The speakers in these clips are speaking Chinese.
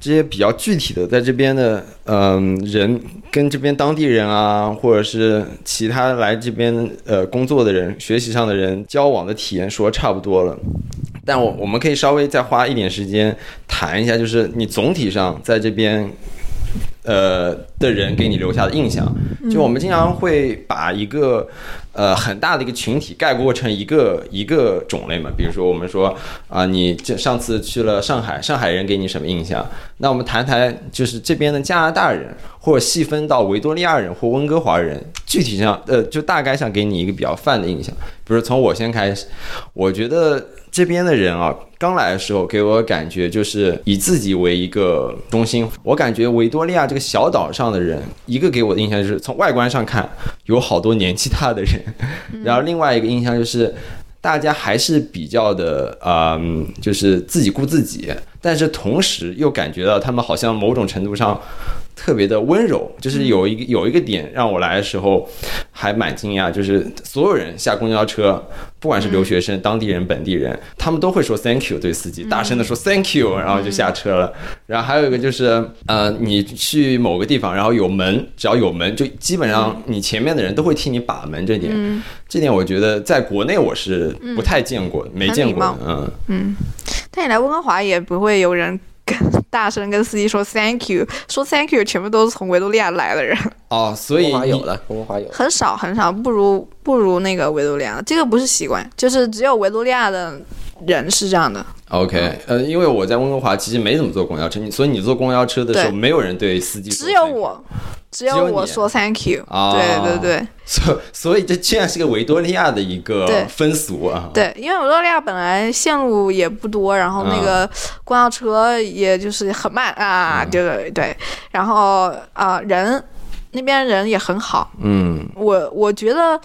这些比较具体的，在这边的嗯、人跟这边当地人啊，或者是其他来这边呃工作的人、学习上的人交往的体验说差不多了。但我我们可以稍微再花一点时间谈一下，就是你总体上在这边呃的人给你留下的印象。就我们经常会把一个呃很大的一个群体概括成一个一个种类嘛，比如说我们说啊、你这上次去了上海，上海人给你什么印象？那我们谈谈就是这边的加拿大人，或者细分到维多利亚人或温哥华人，具体上呃就大概想给你一个比较泛的印象。比如从我先开始，我觉得这边的人啊，刚来的时候给我感觉就是以自己为一个中心。我感觉维多利亚这个小岛上的人，一个给我的印象就是从外观上看有好多年纪大的人，然后另外一个印象就是。大家还是比较的，嗯，就是自己顾自己，但是同时又感觉到他们好像某种程度上特别的温柔，就是有一个有一个点让我来的时候还蛮惊讶，就是所有人下公交车，不管是留学生、当地人、本地人，他们都会说 thank you 对司机，大声的说 thank you，然后就下车了。然后还有一个就是，呃，你去某个地方，然后有门，只要有门，就基本上你前面的人都会替你把门，这点，嗯这点我觉得在国内我是不太见过，没见过的，嗯。但你来温哥华也不会有人跟 大声跟司机说 thank you，说 thank you 全部都是从维多利亚来的人， 哦，所以中华你有的，中华有的。很少很少，不如不如那个维多利亚，这个不是习惯，就是只有维多利亚的人是这样的。 OK，呃，嗯因为我在温哥华其实没怎么坐公交车，你所以你坐公交车的时候，对没有人对司机说只有 thank you，我，只只有有我你说 thank you。啊对对对所所以这竟然是个维多利亚的一个对风俗啊。对，因为维多利亚本来线路也不多，然后那嗯个公交车也就是很慢嗯啊，对对对，然后啊、呃人。那边人也很好，嗯，我我觉得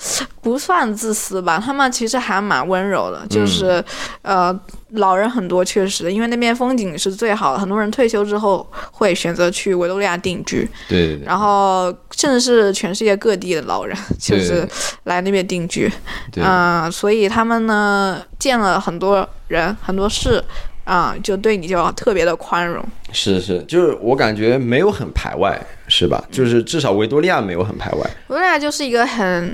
不算自私吧，他们其实还蛮温柔的，嗯就是、呃，老人很多，确实，因为那边风景是最好的，很多人退休之后会选择去维多利亚定居，对对对。然后甚至是全世界各地的老人， 就对是来那边定居，对嗯、所以他们呢见了很多人很多事，啊、就对你就特别的宽容，是是，就是我感觉没有很排外，是吧？就是至少维多利亚没有很排外。维多利亚就是一个很，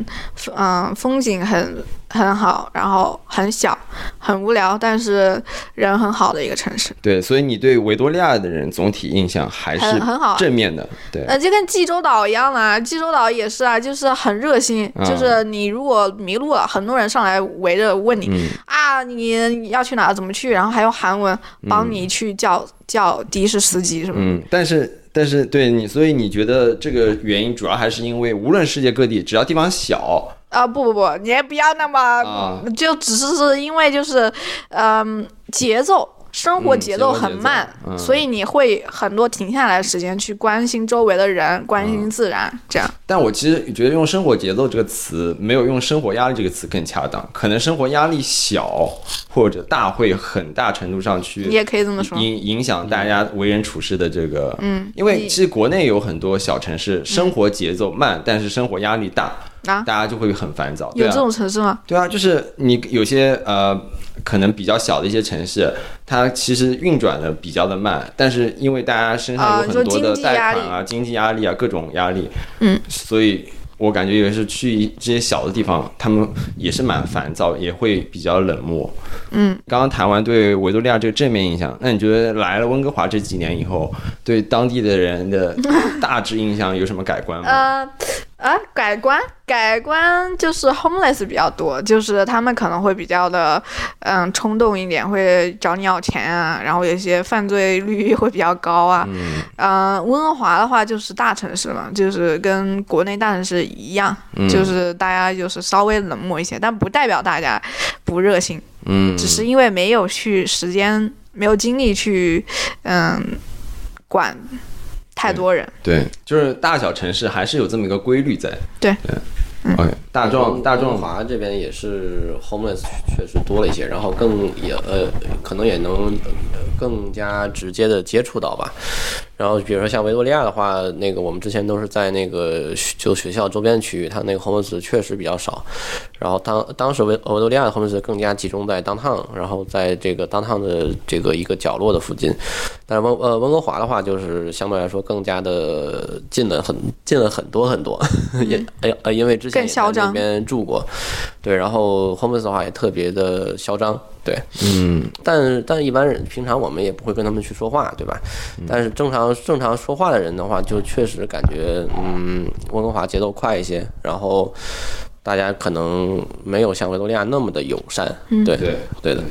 嗯、风景很很好，然后很小，很无聊，但是人很好的一个城市。对，所以你对维多利亚的人总体印象还是很很好啊正面的。对，呃，就跟济州岛一样啦，济州岛也是啊，就是很热心，嗯就是你如果迷路了，很多人上来围着问你、嗯啊，你你要去哪儿，怎么去，然后还有韩文帮你去叫、叫的士司机什么的。嗯，但是但是对你，所以你觉得这个原因主要还是因为无论世界各地，只要地方小，啊，不不不，你也不要那么，啊就只是是因为就是，嗯，节奏。生活嗯节节奏奏很节奏慢，嗯所以你会很多停下来的时间去关心周围的人，关嗯心自然，这样。但我其实觉得用“生活节奏”这个词没有用“生活压力”这个词更恰当，可能生活压力小或者大，会很大程度上去你也可以这么说。影影响大家为人处事的这个，嗯因为其实国内有很多小城市，生活节奏慢，但是生活压力大，啊大家就会很烦躁。有对这啊。种城市吗？对啊，就是你有些呃，可能比较小的一些城市，它其实运转的比较的慢，但是因为大家身上啊有很多你说的经济压贷力款啊、经济压力啊、各种压力，嗯，所以我感觉也是去这些小的地方，他们也是蛮烦躁，也会比较冷漠。嗯，刚刚谈完对维多利亚这个正面印象，那你觉得来了温哥华这几年以后，对当地的人的大致印象有什么改观吗？呃，啊，改观，改观就是 homeless 比较多，就是他们可能会比较的，嗯，冲动一点，会找你要钱啊，然后有些犯罪率会比较高啊。嗯、温哥华的话就是大城市嘛，就是跟国内大城市一样，嗯就是大家就是稍微冷漠一些，但不代表大家不热心，嗯，只是因为没有去时间，没有精力去，嗯，管太多人。对，就是大小城市还是有这么一个规律在。对对。OK，大壮，大壮嗯中华这边也是 homeless 确实多了一些，然后更也呃，可能也能呃更加直接的接触到吧。然后比如说像维多利亚的话，那个我们之前都是在那个学就学校周边区域，它那个 homeless 确实比较少。然后当当时维维多利亚的 homeless 更加集中在 downtown，然后在这个 downtown 的这个一个角落的附近。但是温呃温哥华的话，就是相对来说更加的近了很近了很多很多， 也哎呀呃因为之嗯前更也嚣在那张边住过，对，然后 homeless 的话也特别的嚣张，对，嗯，但但一般人平常我们也不会跟他们去说话，对吧？但是正常正常说话的人的话，就确实感觉，嗯，温哥华节奏快一些，然后大家可能没有像维多利亚那么的友善，对对。对的，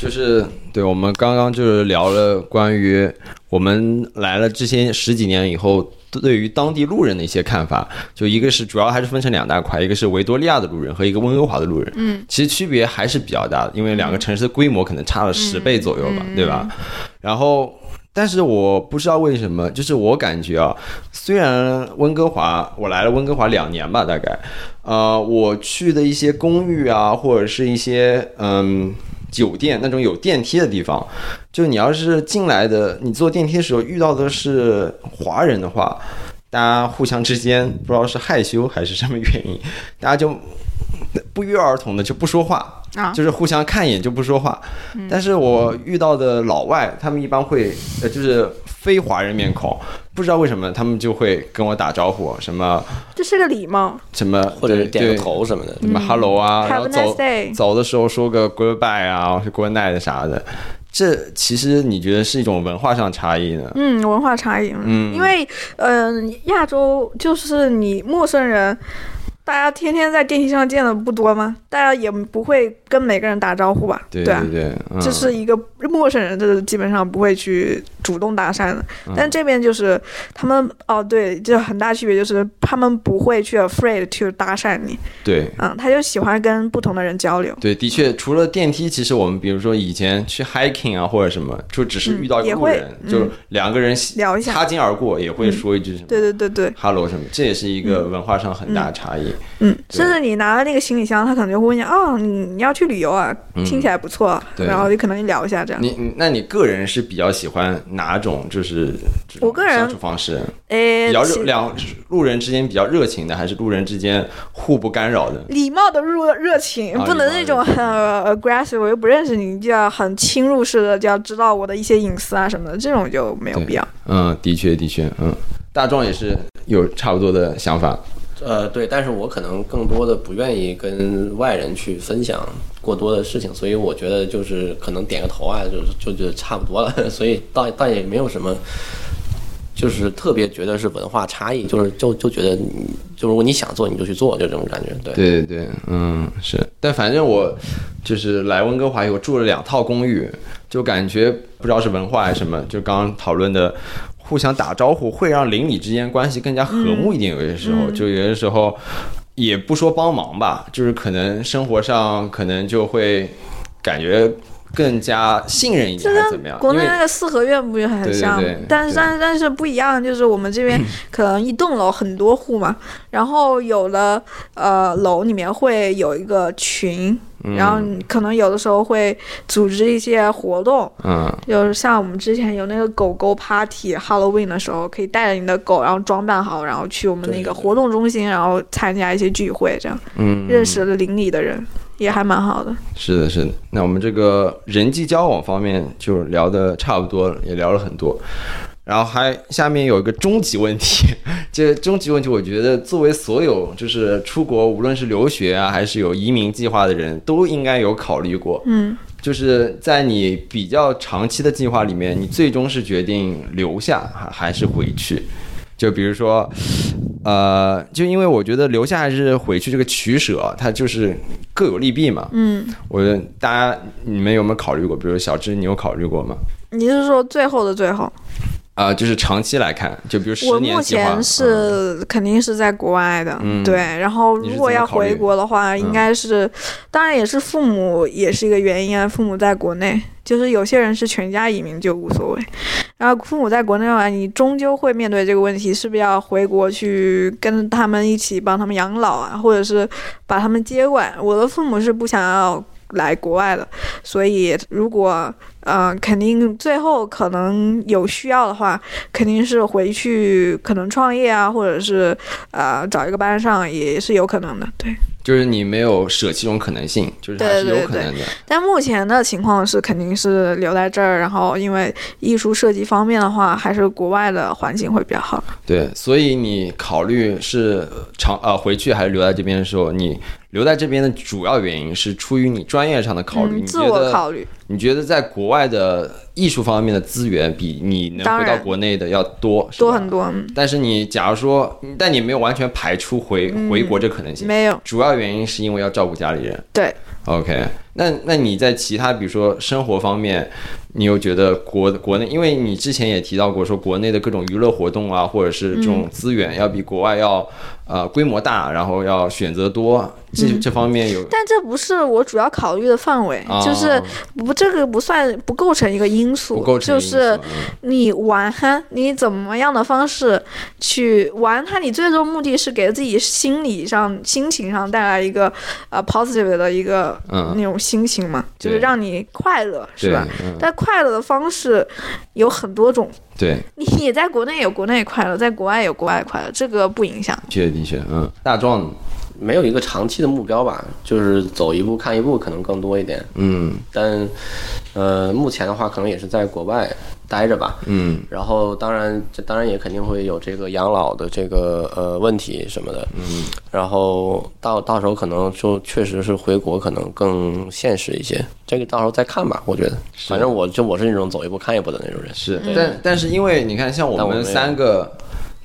就是对，我们刚刚就是聊了关于我们来了这些十几年以后。对于当地路人的一些看法，就一个是主要还是分成两大块，一个是维多利亚的路人和一个温哥华的路人。嗯，其实区别还是比较大的，因为两个城市的规模可能差了十倍左右吧，对吧？然后，但是我不知道为什么，就是我感觉啊，虽然温哥华我来了温哥华两年吧，大概，呃，我去的一些公寓啊，或者是一些嗯。酒店那种有电梯的地方，就你要是进来的，你坐电梯的时候遇到的是华人的话，大家互相之间不知道是害羞还是什么原因，大家就不约而同的就不说话，啊就是互相看一眼就不说话。但是我遇到的老外，他们一般会呃就是非华人面孔，不知道为什么他们就会跟我打招呼，什么这是个礼貌。什么或者是对点个对头什么的，什么 hello 啊，然嗯 Have 后 a 走 nice day 走的时候说个 goodbye 啊，good night 啥的，这其实你觉得是一种文化上差异呢？嗯，文化差异。嗯，因为嗯、亚洲就是你陌生人，大家天天在电梯上见的不多吗？大家也不会跟每个人打招呼吧？对啊对。对，嗯这是一个陌生人，这是基本上不会去主动搭讪的。嗯但这边就是他们哦，对，就很大区别就是他们不会去 afraid to 搭讪你，对。嗯，他就喜欢跟不同的人交流。对，的确，除了电梯，其实我们比如说以前去 hiking 啊，或者什么，就只是遇到一嗯也个路会人，就两个人聊一下嗯擦肩而过，也会说一句什么、对对对对， hello 什么，这也是一个文化上很大的差异。嗯，对甚至你拿了那个行李箱，他可能就会问你啊、你你要去旅游啊，听起来不错啊，嗯对然后就可能聊一下这样。你你那你个人是比较喜欢哪种就是这种我个人相处方式？诶比较，热其两路人之间比较热情的，还是路人之间互不干扰的？礼貌的热热情，啊不能那种礼貌很 aggressive，我又不认识你，就要很侵入式的，就要知道我的一些隐私啊什么的，这种就没有对必要。嗯，的确的确，嗯，大壮也是有差不多的想法。呃，对，但是我可能更多的不愿意跟外人去分享过多的事情，所以我觉得就是可能点个头啊，就就就差不多了， 所以倒倒也没有什么，就是特别觉得是文化差异，就是就就觉得你就如果你想做你就去做，就这种感觉，对。对对对，嗯，是。但反正我就是来温哥华以后住了两套公寓，就感觉不知道是文化还是什么，就刚刚讨论的。互相打招呼会让邻里之间关系更加和睦一点，有些时嗯候、就有些时候也不说帮忙吧，就是可能生活上可能就会感觉更加信任一点，这还是怎么样跟？啊国因内为那个四合院不也很对对像吗？对但是对但是但是不一样，就是我们这 边可能一栋楼很多户嘛，然后有了呃楼里面会有一个群，嗯然后你可能有的时候会组织一些活动，嗯，就是像我们之前有那个狗狗 party Halloween 的时候，可以带着你的狗，然后装扮好，然后去我们那个活动中心，然后参加一些聚会，这样，嗯，认识了邻里的人也还蛮好的。是的，是的。那我们这个人际交往方面就聊的差不多了，也聊了很多。然后还下面有一个终极问题，这终极问题，我觉得作为所有就是出国，无论是留学啊，还是有移民计划的人都应该有考虑过。嗯，就是在你比较长期的计划里面，你最终是决定留下还还是回去？就比如说，呃，就因为我觉得留下还是回去这个取舍啊，它就是各有利弊嘛。嗯，我觉得大家你们有没有考虑过？比如小智，你有考虑过吗？你是说最后的最后？啊、就是长期来看，就比如十我目年计划。前嗯是肯定是在国外的，对。然后你是如果要回国的话，怎么考虑嗯应该是，当然也是父母也是一个原因啊。父母在国内，就是有些人是全家移民就无所谓，然后父母在国内的话，你终究会面对这个问题，是不是要回国去跟他们一起帮他们养老啊，或者是把他们接过来？我的父母是不想要。来国外的，所以如果呃，肯定最后可能有需要的话，肯定是回去可能创业啊，或者是呃找一个班上也是有可能的，对。就是你没有舍弃这种可能性，就是还是有可能的。对对对但目前的情况是，肯定是留在这儿。然后，因为艺术设计方面的话，还是国外的环境会比较好。对，所以你考虑是长呃回去还是留在这边的时候，你留在这边的主要原因是出于你专业上的考虑，嗯你自觉我得考虑，你觉得在国外的艺术方面的资源比你能当回然到国内的要多多。是很吧多，嗯但是你假如说，但你没有完全排除回嗯回国这可能性，没有主要原因是因为要照顾家里人。对。 OK，那那你在其他比如说生活方面，你又觉得国国内，因为你之前也提到过说国内的各种娱乐活动啊，或者是这种资源要比国外要、呃规模大，然后要选择多，这、这方面有但这不是我主要考虑的范围，啊就是不这个不算不构成一个因素，不构成就因素是你玩你怎么样的方式去玩它，你最终目的是给自己心理上、心情上带来一个呃 positive 的一个、嗯那种心情嘛，就是对让你快乐，是吧？对嗯但快乐的方式有很多种，对，你你在国内有国内快乐，在国外有国外快乐，这个不影响。确的确，嗯，大壮，没有一个长期的目标吧，就是走一步看一步，可能更多一点。嗯但，呃，目前的话，可能也是在国外待着吧。嗯然后，当然，这当然也肯定会有这个养老的这个呃问题什么的。嗯。然后到到时候可能就确实是回国可能更现实一些，这个到时候再看吧。我觉得，反正我就我是那种走一步看一步的那种人。是，嗯但但是因为你看，像我但我们没有三个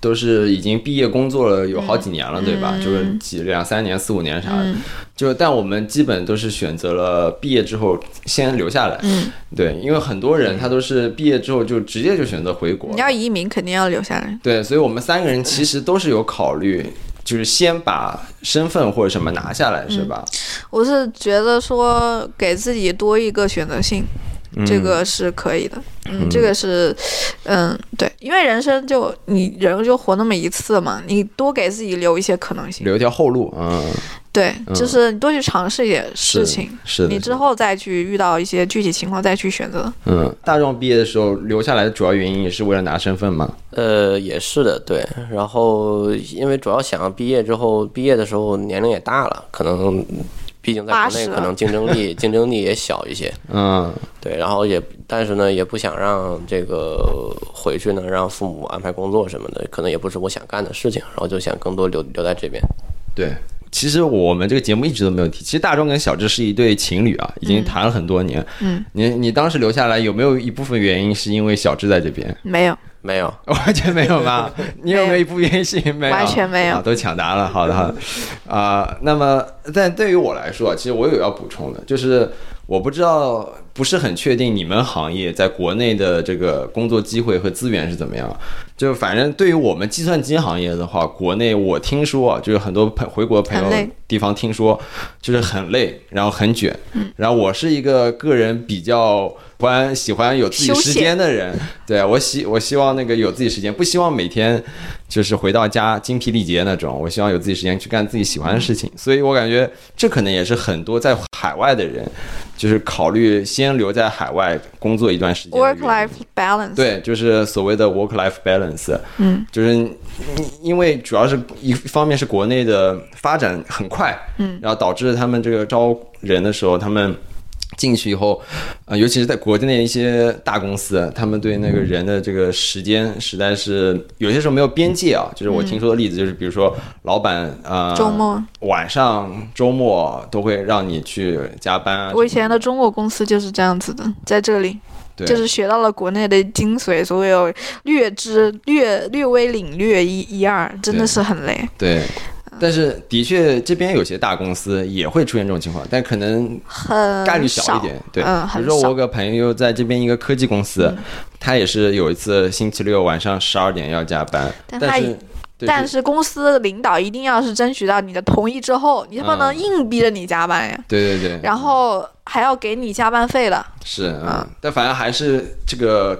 都是已经毕业工作了有好几年嗯了，对吧？就是几两三年、四五年啥的，就但我们基本都是选择了毕业之后先留下来，嗯对，因为很多人他都是毕业之后就直接就选择回国了，你要移民，肯定要留下来。对，所以我们三个人其实都是有考虑，就是先把身份或者什么拿下来，是吧？嗯我是觉得说给自己多一个选择性，嗯这个是可以的。嗯，这个是，嗯，对，因为人生就你人就活那么一次嘛，你多给自己留一些可能性。留一条后路，嗯，对，就是你多去尝试一点事情，是的，你是的之后再去遇到一些具体情况再去选择。嗯，大壮毕业的时候留下来的主要原因也是为了拿身份嘛，呃，也是的，对。然后，因为主要想毕业之后，毕业的时候年龄也大了，可能毕竟在国内80可能竞争力竞争力也小一些，嗯。对。然后也，但是呢，也不想让这个回去呢，让父母安排工作什么的，可能也不是我想干的事情，然后就想更多留留在这边。对，其实我们这个节目一直都没有提。其实大壮跟小智是一对情侣啊，已经谈了很多年。嗯，你你当时留下来有没有一部分原因是因为小智在这边？没有，没有， 完全没有 吧？你有没有一部分原因是因为没有？完全没有啊，都抢答了。好的，好的。啊、那么但对于我来说啊，其实我有要补充的，就是我不知道，不是很确定你们行业在国内的这个工作机会和资源是怎么样。就反正对于我们计算机行业的话，国内我听说啊，就是很多朋回国朋很友累地方听说，就是很累，然后很卷。嗯然后我是一个个人比较喜欢喜欢有自己休时闲间的人，对我希我希望那个有自己时间，不希望每天就是回到家精疲力竭那种。我希望有自己时间去干自己喜欢的事情，所以我感觉这可能也是很多在海外的人，就是考虑先留在海外工作一段时间的原 work 因。 life balance。对，就是所谓的 work life balance，嗯，就是你因为主要是一方面是国内的发展很快，嗯，然后导致他们这个招人的时候，他们进去以后，呃，尤其是在国内的一些大公司，他们对那个人的这个时间实在是有些时候没有边界啊。就是我听说的例子，就是比如说老板啊，呃周末、晚上、周末都会让你去加班啊，我以前的中国公司就是这样子的，在这里。对就是学到了国内的精髓，所有略知略略微领略一一二，真的是很累，对。但是的确，这边有些大公司也会出现这种情况，但可能很概率小一少点。对，嗯，比很如说我少嗯有个朋友在这边一个科技公司，他也是有一次星期六晚上十二点要加班，但但他是对但是公司领导一定要是争取到你的同意之后，你他妈嗯能硬逼着你加班呀，对对对，然后还要给你加班费的，是嗯，但反正还是这个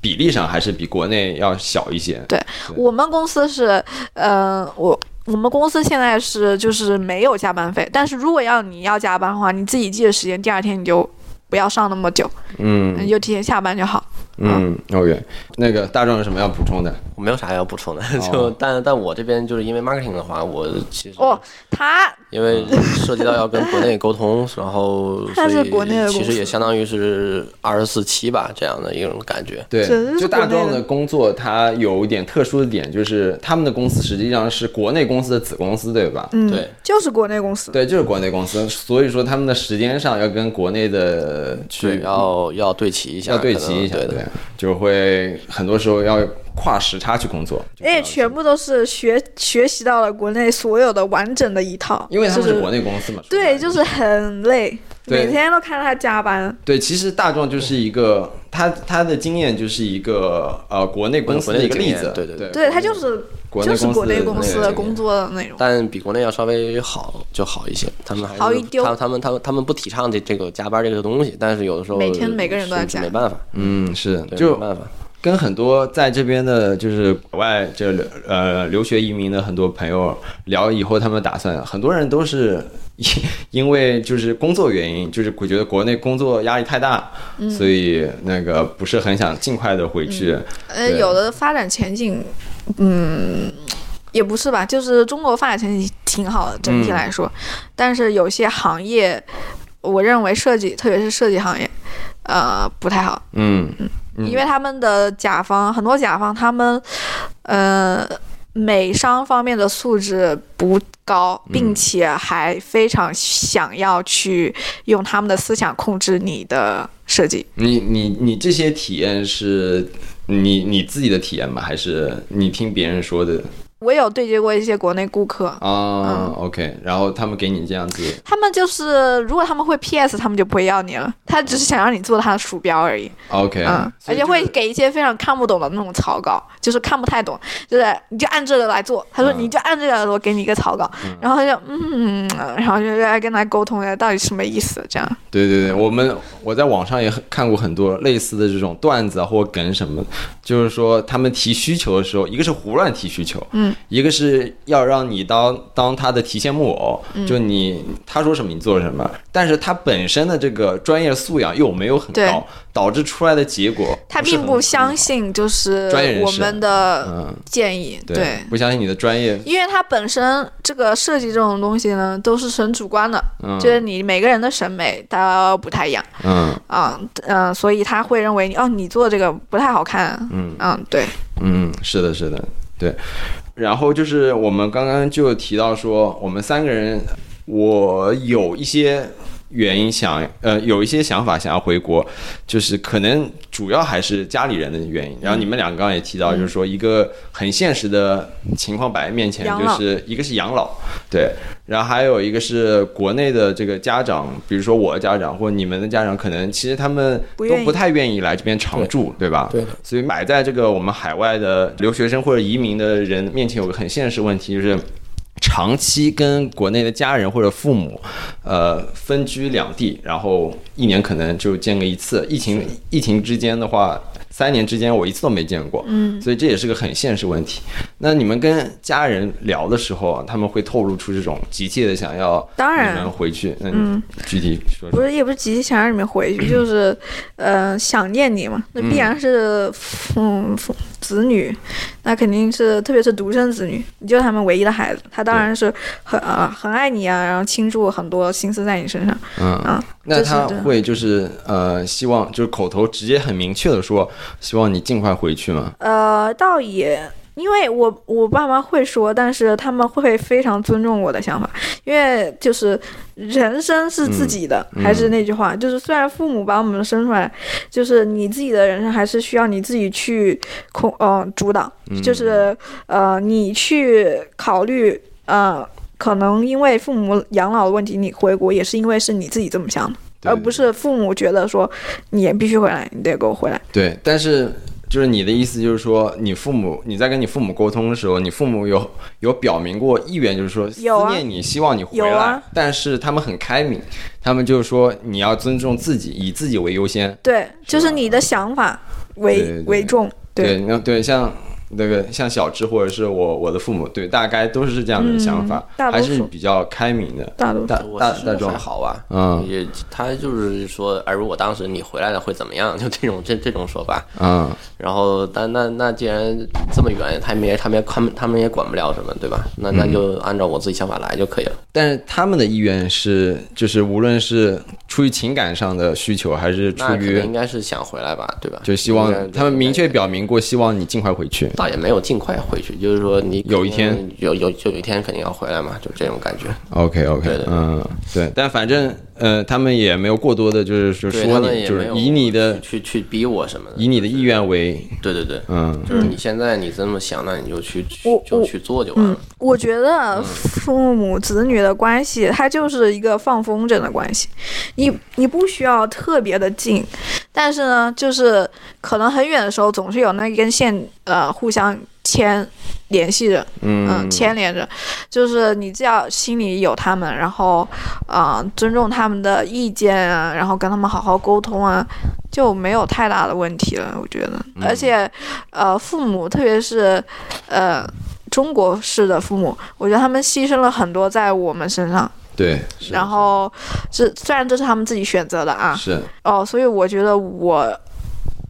比例上还是比国内要小一些。对我们公司是，嗯、我我们公司现在是就是没有加班费，但是如果要你要加班的话，你自己记着时间，第二天你就不要上那么久，嗯你就提前下班就好。嗯，OK，那个大壮有什么要补充的？我没有啥要补充的， 就哦但但我这边就是因为 marketing 的话，我其实哦，他因为涉及到要跟国内沟通，然后它所是以国内的公其实也司相当于是二十四期吧这样的一种感觉。对真是，就大国内壮的的工作，它有一点特殊的点，就是他们的公司实际上是国内公司的子公司，对吧？嗯对，就是国内公司，对，就是国内公司，所以说他们的时间上要跟国内的对，去要要对齐一下，要对可能齐一下，对的。对，就会很多时候要跨时差去工作，而且全部都是学学习到了国内所有的完整的一套，因为他们就是国内公司嘛。说白对，了就是很累，对每天都看着他加班。对，其实大壮就是一个他他的经验就是一个呃国内公司的一个例国内子，的经验对对对对他就是国内就是公司国内的公那司个的经工验作的内容，但比国内要稍微好就好一些，他们还是好一丢他他们他们他们不提倡这这个加班这个东西，但是有的时候每天每个人都在是是加没办法，嗯是，对就没办法，跟很多在这边的，就是国外这留呃留学移民的很多朋友聊以后他们的打算，很多人都是 因为就是工作原因，就是觉得国内工作压力太大，所以那个不是很想尽快的回去。呃，对有的发展前景，嗯，也不是吧，就是中国发展前景挺好的，整体来说，嗯但是有些行业，我认为设计，特别是设计行业，呃，不太好，嗯嗯因为他们的甲方很多甲方他们，呃，美商方面的素质不高，并且还非常想要去用他们的思想控制你的设计。你你你这些体验是你你自己的体验吗？还是你听别人说的我有对接过一些国内顾客，啊、o k 然后他们给你这样子，他们就是，如果他们会 PS，他们就不会要你了。他只是想让你做他的鼠标而已， OK，、嗯，而且会给一些非常看不懂的那种草稿，就是看不太懂，就是你就按这个来做。他说嗯你就按这个来做，给你一个草稿，然后他就嗯，然后就来跟他沟通一哎下到底什么意思，这样。对对对，我们我在网上也很看过很多类似的这种段子啊或梗什么的，就是说他们提需求的时候，一个是胡乱提需求，嗯，一个是要让你当当他的提线木偶，嗯就你他说什么你做什么，但是他本身的这个专业素养又没有很对高，导致出来的结果他是并很不相信就是专业人士我们的嗯，建议，对，不相信你的专业，因为它本身这个设计这种东西呢，都是很主观的，嗯就是你每个人的审美它不太一样。嗯啊，嗯、所以他会认为你哦，你做这个不太好看。嗯对，嗯，是的，是的，对。然后就是我们刚刚就提到说，我们三个人，我有一些原因想，呃，有一些想法想要回国，就是可能主要还是家里人的原因。然后你们两个刚刚也提到，就是说一个很现实的情况摆在面前，养就老是一个是养老，对，然后还有一个是国内的这个家长，比如说我的家长或你们的家长，可能其实他们不都愿意不太愿意来这边常住，对吧？对的所以买在这个我们海外的留学生或者移民的人面前，有个很现实问题就是。长期跟国内的家人或者父母，呃，分居两地，然后一年可能就见个一次。疫情疫情之间的话，三年之间我一次都没见过，嗯，所以这也是个很现实问题。那你们跟家人聊的时候啊，他们会透露出这种急切的想要当然你们回去，嗯，具体说不说，是也不是急切想让你们回 去，就是呃想念你嘛，那嗯必然是父嗯父子女，那肯定是特别是独生子女，你就是他们唯一的孩子，他当然是很啊、很爱你啊，然后倾注很多心思在你身上嗯。啊。那就是他这样会就是呃，希望就是口头直接很明确的说，希望你尽快回去嘛。呃，倒也，因为我我爸妈会说，但是他们会非常尊重我的想法，因为就是人生是自己的，还是那句话，就是虽然父母把我们生出来，就是你自己的人生还是需要你自己去控，呃，主导，就是呃，你去考虑，呃。可能因为父母养老的问题，你回国也是因为是你自己这么想的，对而不是父母觉得说你也必须回来，你得给我回来。对，但是就是你的意思就是说，你父母你在跟你父母沟通的时候，你父母有有表明过意愿，就是说思有啊念你，希望你回有来，啊但是他们很开明，他们就是说你要尊重自己，以自己为优先。对，就是吧你的想法为对对对为重。，那对像那个像小智或者是我我的父母，对，大概都是这样的想法，嗯大多还是数比较开明的。大多数大我大是大还壮，好吧，嗯也他就是说，哎，如果当时你回来了会怎么样？就这种这这种说法。嗯，然后，但那那既然这么远，他们也他们也他们他们也管不了什么，对吧？那那就按照我自己想法来就可以了。但是他们的意愿是，就是无论是出于情感上的需求，还是出那可能于应该是想回来吧，对吧？就希应该望他们明确应该表明过，希望你尽快回去。倒也没有尽快回去，就是说你有一天肯定有有有一天肯定要回来嘛，就这种感觉。 OK OK，对对对嗯，对，但反正呃，他们也没有过多的，就是就对说他们你，也就没是有以你的去去逼我什么的，以你的意愿为，对对对，嗯，就是你现在你这么想，那你就去去我就我嗯去做就完了。我觉嗯得父母子女的关系，它就是一个放风筝的关系，你你不需要特别的近，但是呢，就是可能很远的时候，总是有那根线呃互相牵联系着，嗯，牵连着，就是你只要心里有他们，然后呃尊重他们的意见啊，然后跟他们好好沟通啊，就没有太大的问题了，我觉得。嗯而且，呃，父母特别是呃中国式的父母，我觉得他们牺牲了很多在我们身上。对，是然后这虽然这是他们自己选择的啊，是，哦，所以我觉得我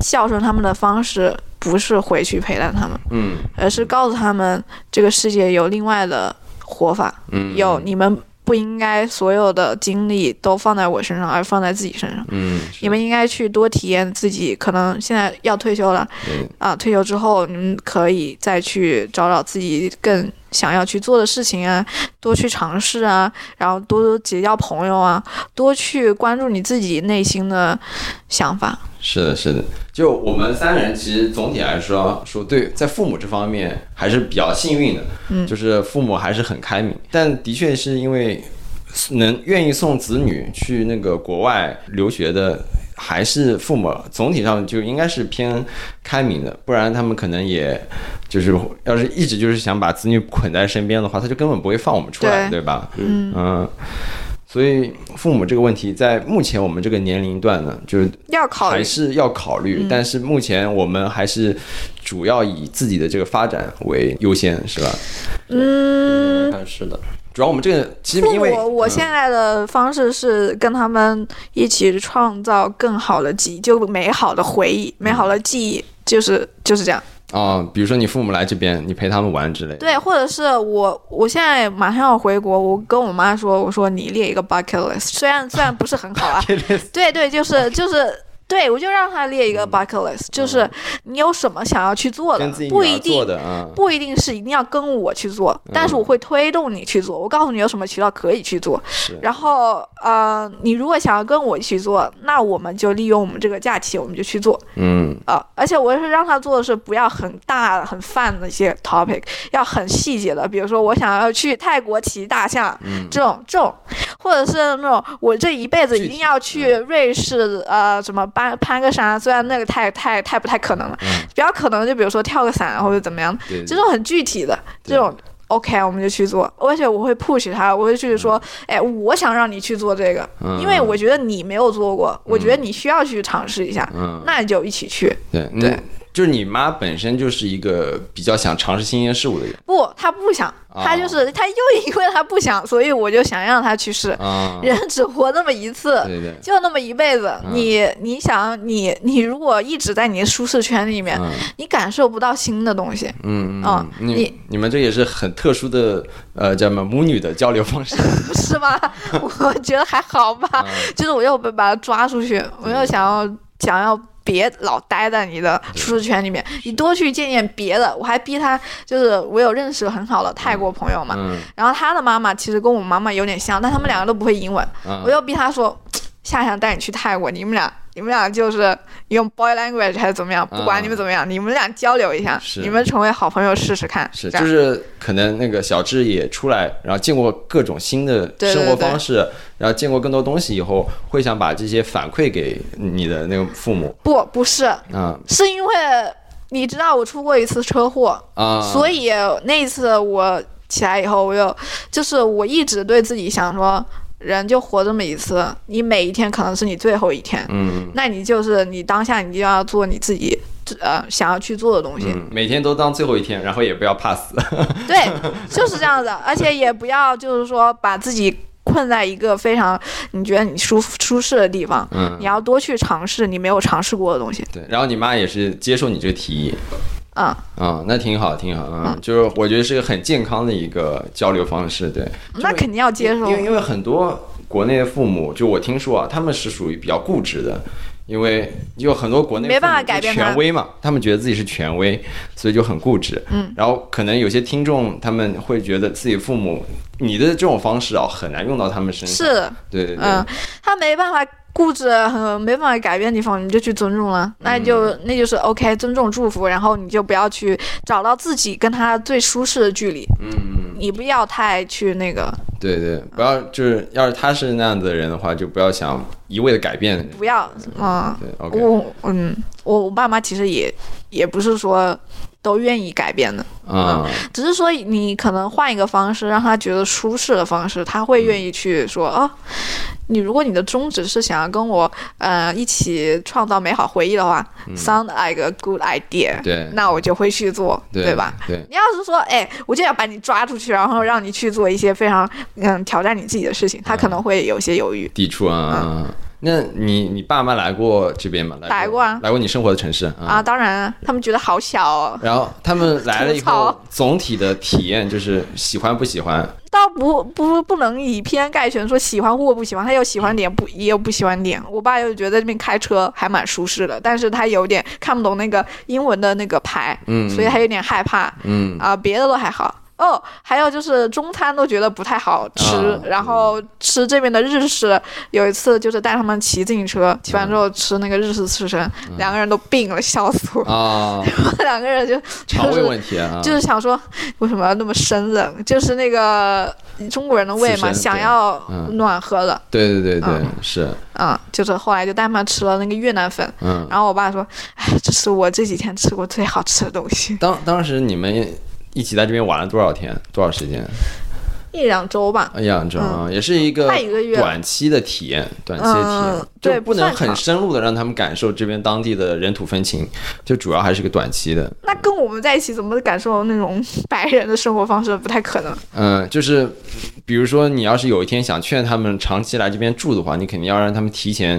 孝顺他们的方式不是回去陪伴他们，嗯而是告诉他们这个世界有另外的活法，嗯有你们不应该所有的精力都放在我身上，而放在自己身上。嗯，你们应该去多体验自己，可能现在要退休了对啊，退休之后你们可以再去找找自己更想要去做的事情啊，多去尝试啊，然后多多结交朋友啊，多去关注你自己内心的想法。是的，是的。就我们三人，其实总体来说，说对，在父母这方面还是比较幸运的，嗯，就是父母还是很开明，但的确是因为能愿意送子女去那个国外留学的。还是父母总体上就应该是偏开明的，不然他们可能也就是要是一直就是想把子女捆在身边的话，他就根本不会放我们出来，对对吧？嗯所以父母这个问题在目前我们这个年龄段呢，就是要考虑还是要考虑，嗯但是目前我们还是主要以自己的这个发展为优先，是吧？嗯，但是的，主要我们这个其实父因为嗯母，我现在的方式是跟他们一起创造更好的记忆，就美好的回忆、美嗯好的记忆，就是就是这样。啊、比如说你父母来这边，你陪他们玩之类的，对，或者是我，我现在马上要回国，我跟我妈说，我说你列一个 bucket list，虽然虽然不是很好 啊，对对，就是就是。对，我就让她列一个 bucket list，、就是你有什么想要去做的嗯跟自己，不女一儿做定的啊，不一定是一定要跟我去做，嗯但是我会推动你去做。我告诉你有什么渠道可以去做，然后呃，你如果想要跟我一起做，那我们就利用我们这个假期，我们就去做嗯啊、而且我是让他做的是不要很大很泛的嗯一些 topic，要很细节的，比如说我想要去泰国骑大象、嗯这种这种，或者是那种我这一辈子具一体嗯定要去瑞士呃什么攀攀个山，虽然那个太太太不太可能了，嗯比较可能就比如说跳个伞或者怎么样。对，这种很具体的对这种。OK，我们就去做，而且我会 push 他，我会去说，哎，我想让你去做这个，嗯因为我觉得你没有做过，我觉得你需要去尝试一下，嗯那你就一起去。对对。嗯就是你妈本身就是一个比较想尝试新鲜事物的人不，他不想，哦他就是、他又因为他不想，所以我就想让他去试。啊， 人只活那么一次，对嗯对，就那么一辈子，你你想你你如果一直在你的舒适圈里面，嗯你感受不到新的东西，嗯嗯哦嗯，你你你们这也是很特殊的呃叫什么母女的交流方式，是 吗？我觉得还好啊吧，就是我又被把他抓出去，嗯我又想要想要别老待在你的舒适圈里面，你多去见见别的。我还逼他，就是我有认识很好的泰国朋友嘛，嗯然后他的妈妈其实跟我妈妈有点像，但他们两个都不会英文，嗯我又逼他说，下想带你去泰国，你们俩。你们俩就是用 boy language 还是怎么样？不管你们怎么样，你们俩交流一下，嗯是你们成为好朋友试试看。是，这就样是可能那个小智也出来，然后见过各种新的对对生活对方式，然后见过更多东西以后，会想把这些反馈给你的那个父母不不是，啊是因为你知道我出过一次车祸，啊，所以以那一次我起来以后，我又就是我一直对自己想说，人就活这么一次，你每一天可能是你最后一天，嗯那你就是你当下你就要做你自己。呃想要去做的东西。嗯，每天都当最后一天，然后也不要怕死。对，就是 这样的，而且也不要就是说把自己困在一个非常你觉得你舒服舒适的地方，嗯你要多去尝试你没有尝试过的东西，对，然后你妈也是接受你这个提议，嗯，啊、那挺好，挺好，嗯，就是我觉得是个很健康的一个交流方式，对，那肯定要接受因，为因为很多国内的父母，就我听说啊，他们是属于比较固执的，因为有很多国内没办法父母就改变他权威嘛，他们觉得自己是权威，所以就很固执。嗯，然后可能有些听众他们会觉得自己父母，你的这种方式啊，很难用到他们身上。，是，对对对，嗯，他没办法固执，很没办法改变地方，你就去尊重了，那就、那就是 OK，尊重祝福，然后你就不要去找到自己跟他最舒适的距离，嗯，你不要太去那个，对对，不要就是要是他是那样子的人的话，就不要想一味的改变。不要，嗯。对，OK，我嗯，我我爸妈其实也也不是说都愿意改变的，啊、只是说你可能换一个方式，让他觉得舒适的方式，他嗯会愿意去说哦。你如果你的宗旨是想要跟我呃一起创造美好回忆的话、s o u n d like a good idea，嗯对那我就会去做，对吧？？对，你要是说，哎，我就要把你抓出去，然后让你去做一些非常嗯挑战你自己的事情，嗯他可能会有些犹豫。抵触啊。那你你爸妈来过这边吗？来过啊来过你生活的城市啊啊，当然啊，他们觉得好小哦，然后他们来了以 吐后槽，总体的体验就是喜欢不喜欢，倒不不不能以偏概全，说喜欢或不喜欢，他有喜欢点，不也有不喜欢点。我爸又觉得这边开车还蛮舒适的，但是他有点看不懂那个英文的那个牌，嗯所以他有点害怕啊、嗯，别的都还好。哦，还有就是中餐都觉得不太好吃，啊然后吃这边的日式。有一次就是带他们骑自行车，骑完之后吃那个日式刺身，两个人都病了，笑死我！嗯 啊，两个人就肠就胃是问题啊， 就是想说，为什么要那么生冷？就是那个中国人的胃嘛，刺身想要嗯暖和的，对对对对，是，嗯，就是后来就带他们吃了那个越南粉，嗯，然后我爸说，哎，这是我这几天吃过最好吃的东西，当当时你们一起在这边玩了多少天，多少时间？一两周吧。哎呀，这啊，也是一个嗯快一个月了短期的体验，短期的体验嗯，就对不不能算很长深入的让他们感受这边当地的人土风情，就主要还是个短期的，那跟我们在一起怎么感受那种白人的生活方式？不太可能。嗯，就是比如说，你要是有一天想劝他们长期来这边住的话，你肯定要让他们提前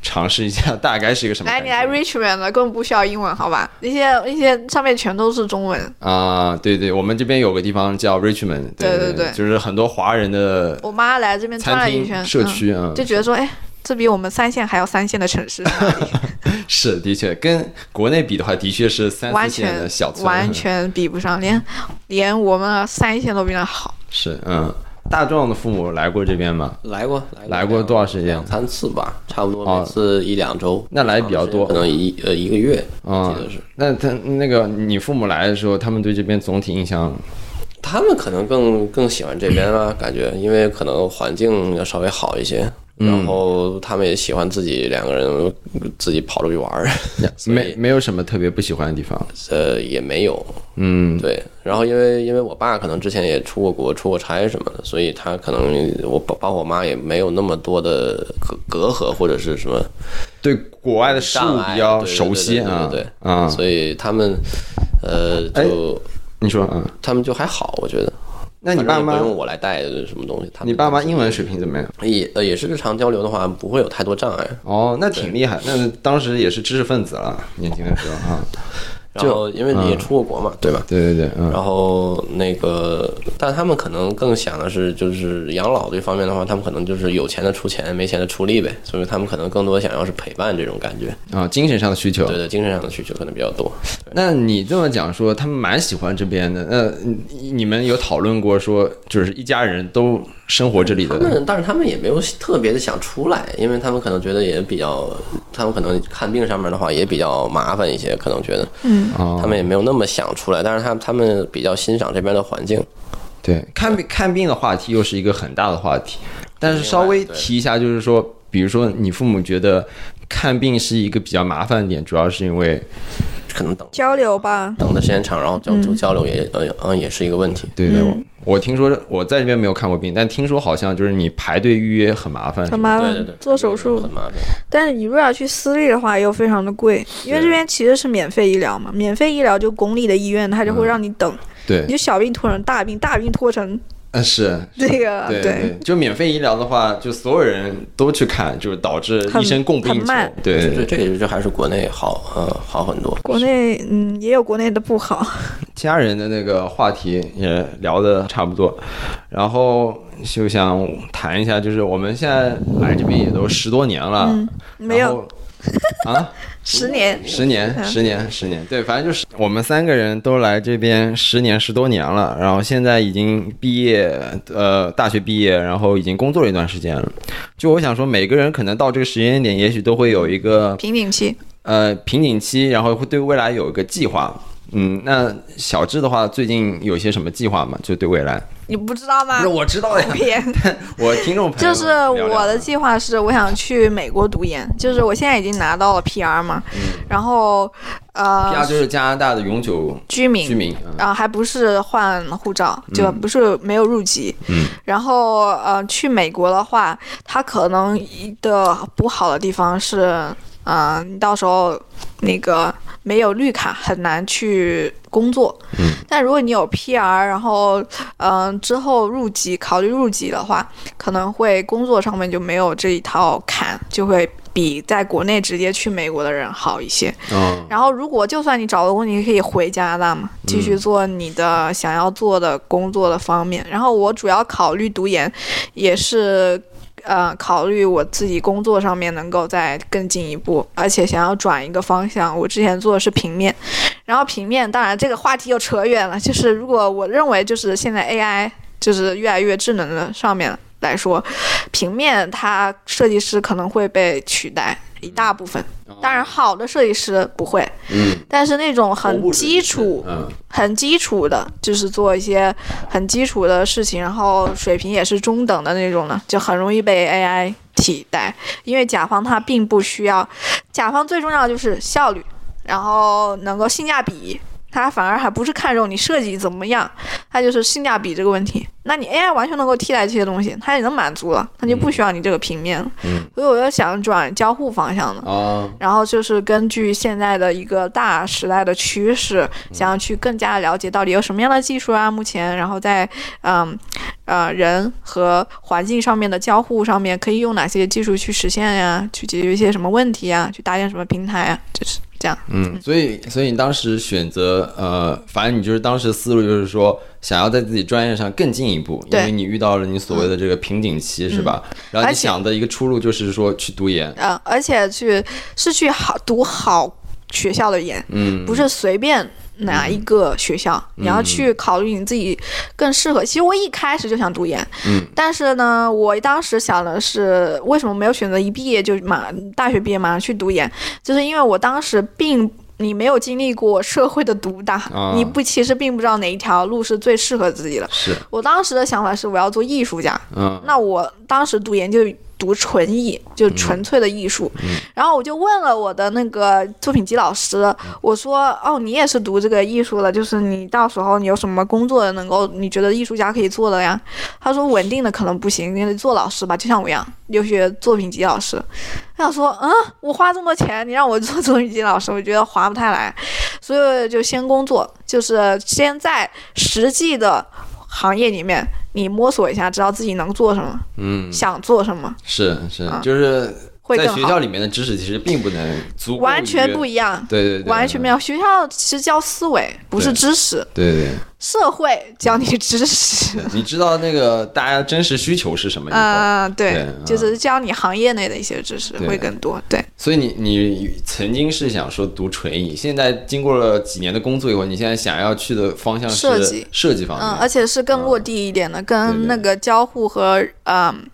尝试一下 大概是一个什么来，感你觉。来 Richmond 了，根本不需要英文，好吧？那些那些上面全都是中文。啊、对对，我们这边有个地方叫 Richmond，对对对对就是很多华人的我妈来这边转餐了一厅圈，社嗯区啊、就觉得说，哎，这比我们三线还要三线的城市。是的确跟国内比的话，的确是三完四线的全小村，完全比不上，连连我们啊三线都比那好。是嗯。大壮的父母来过这边吗？来过，来过，来过多少时间两三次吧，差不多哦每次一两周。那来比较多可能一呃一个月，啊、我记得是。那他那个你父母来的时候，他们对这边总体印象他们可能更更喜欢这边吧，感觉，因为可能环境要稍微好一些。嗯然后他们也喜欢自己两个人自己跑出去玩儿，所以没没有什么特别不喜欢的地方。呃，也没有，嗯，对。然后因为因为我爸可能之前也出过国、出过差什么的，所以他可能我包包括我妈也没有那么多的隔隔阂或者是什么对国外的事物比较熟悉啊，对对对对对对啊，所以他们呃哎就你说啊，他们就还好，我觉得。那你反正爸妈也不，用我来带什么东西，他们你爸妈英文水平怎么样？也呃也是日常交流的话，不会有太多障碍。哦，那挺厉害，那当时也是知识分子了，年轻的时候啊，然后因为你嗯也出过国嘛，对吧？对对对，嗯然后那个，但他们可能更想的是，就是养老这方面的话，他们可能就是有钱的出钱，没钱的出力呗。所以他们可能更多想要是陪伴这种感觉，啊，精神上的需求对。对，精神上的需求可能比较多。那你这么讲说，他们蛮喜欢这边的，那你你们有讨论过说，就是一家人都生活这里他的，们，但是他们也没有特别的想出来，因为他们可能觉得也比较，他们可能看病上面的话也比较麻烦一些，可能觉得，嗯，哦他们也没有那么想出来，但是他他们比较欣赏这边的环境，对，看病看病的话题又是一个很大的话题，但是稍微另外对提一下，就是说，比如说你父母觉得看病是一个比较麻烦的点，主要是因为，可能等交流吧，等的时间长，然后交就交流也呃嗯也是一个问题。对对，我听说我在这边没有看过病，但听说好像就是你排队预约很麻烦。很麻对对烦对，，嗯啊做手术很。麻烦。但是你如果要去私立的话，又非常的贵，因为这边其实是免费医疗嘛，免费医疗就公立的医院，它就会让你等，嗯对你，就小病拖成大病，大病拖成呃是，这个， 对对，就免费医疗的话，就所有人都去看，就是导致医生供不应很很求慢。对对对，对，这个就还是国内好，呃，好很多。国内嗯也有国内的不好， 家人的那个话题也聊的差不多，然后就想谈一下，就是我们现在来这边也都十多年了，嗯没然有后啊，十年，十嗯年，十年，十年，对，反正就是我们三个人都来这边十年十多年了，然后现在已经毕业，呃，大学毕业，然后已经工作了一段时间了。就我想说，每个人可能到这个时间点，也许都会有一个瓶颈期。呃瓶颈期，然后会对未来有一个计划。嗯，那小智的话，最近有些什么计划吗？就对未来？你不知道吗？我知道 呀，骗，我听众朋友就是我的计划是，我想去美国读研，就是我现在已经拿到了 PR 嘛，然后家呃就是加拿大的永久居民居民，嗯然后还不是换护照，就不是没有入籍。嗯然后呃，去美国的话，它可能的不好的地方是，嗯、你到时候那个没有绿卡很难去工作。嗯。但如果你有 PR，然后嗯、呃之后入籍，考虑入籍的话，可能会工作上面就没有这一套坎，就会。比在国内直接去美国的人好一些，嗯然后，如果就算你找了工，你可以回加拿大嘛，继续做你的想要做的工作的方面。然后，我主要考虑读研，也是呃考虑我自己工作上面能够再更进一步，而且想要转一个方向。我之前做的是平面，然后平面，当然这个话题又扯远了。就是如果我认为就是现在 AI 就是越来越智能的上面来说，平面它设计师可能会被取代一大部分。当然，好的设计师不会，嗯，但是那种很基础、嗯很基础的，就是做一些很基础的事情，然后水平也是中等的那种呢，就很容易被 AI 替代。因为甲方他并不需要，甲方最重要的就是效率，然后能够性价比。他反而还不是看重你设计怎么样，他就是性价比这个问题。那你 AI 完全能够替代这些东西，它也能满足了，它就不需要你这个平面了。嗯所以我就想转交互方向的。啊然后就是根据现在的一个大时代的趋势，想要去更加了解到底有什么样的技术啊，目前，然后在嗯呃人和环境上面的交互上面，可以用哪些技术去实现呀、去解决一些什么问题呀、去搭建什么平台啊，就是这样。嗯，所以所以你当时选择呃，反正你就是当时思路就是说，想要在自己专业上更进一步，因对为你遇到了你所谓的这个瓶颈期，是吧？然后而你且想的一个出路就是说去读研，嗯，而且去是去好读好学校的研，嗯，不是随便哪一个学校，你要去考虑你自己更适合。其实我一开始就想读研，嗯，但是呢，我当时想的是，为什么没有选择一毕业就马大学毕业马上去读研？就是因为我当时并。你没有经历过社会的毒打，啊你不其实并不知道哪一条路是最适合自己的。是，我当时的想法是，我要做艺术家，嗯那我当时读研就读纯艺，就纯粹的艺术。然后我就问了我的那个作品集老师，我说：“哦，你也是读这个艺术的，就是你到时候你有什么工作能够你觉得艺术家可以做的呀？”他说：“稳定的可能不行，你得做老师吧，就像我一样，留学作品集老师。”他想说：“嗯，我花这么多钱，你让我做作品集老师，我觉得划不太来，所以就先工作，就是先在实际的行业里面。”你摸索一下，知道自己能做什么，嗯，想做什么，是是，啊就是会在更学校好，里面的知识其实并不能足够完全于不一样，对对对，完全没有。学校其实教思维，不是对知识，对对社会教你知识 对，，你知道那个大家真实需求是什么以后，嗯、对对，就是教你行业内的一些知识对会更多，对。所以你你曾经是想说读纯艺，现在经过了几年的工作以后，你现在想要去的方向是设计设计方面，嗯，而且是更落地一点的，跟那个交互和嗯、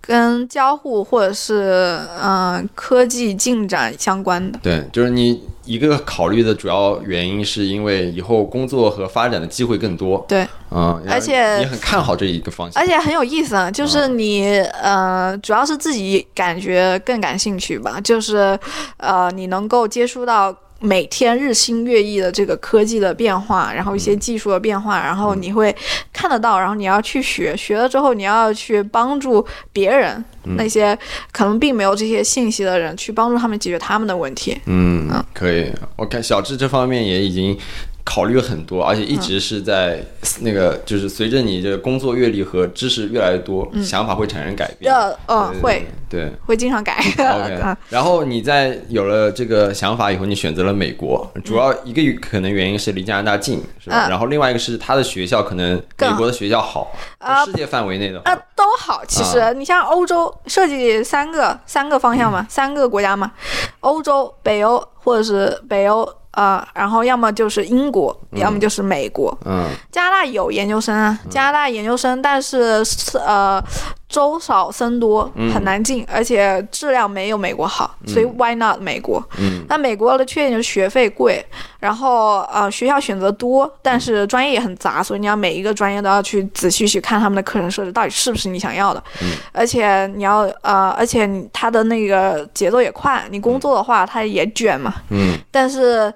跟交互或者是嗯、科技进展相关的。对，就是你一个考虑的主要原因是因为以后工作和发展的机会更多，对，嗯，然后啊而且你很看好这一个方向，而且很有意思啊，就是你、呃，主要是自己感觉更感兴趣吧，就是呃，你能够接触到每天日新月异的这个科技的变化，然后一些嗯技术的变化，然后你会看得到，然后你要去学，学了之后你要去帮助别人，嗯那些可能并没有这些信息的人，去帮助他们解决他们的问题。嗯，可以。我看小智这方面也已经考虑很多，而且一直是在那个，就是随着你这个工作阅历和知识越来越多，想法会产生改变。呃，嗯，对会对。会经常改。 啊 OK，然后你在有了这个想法以后，你选择了美国，主要一个可能原因是离加拿大近，是吧？嗯然后另外一个是他的学校可能美更好国的学校好，啊世界范围内的话啊，都好。其实你像欧洲设计三个三个方向嘛，三个国家嘛，欧洲、北欧或者是北欧啊、呃然后要么就是英国，要么就是美国。嗯加拿大有研究生啊，加拿大研究生，但是是呃州少僧多，嗯很难进，而且质量没有美国好，所以 why not 美国？嗯那美国的缺点就是学费贵，然后呃学校选择多，但是专业也很嗯杂，所以你要每一个专业都要去仔细去看他们的课程设置到底是不是你想要的，嗯而且你要呃，而且你他的那个节奏也快，你工作的话他也卷嘛，嗯但是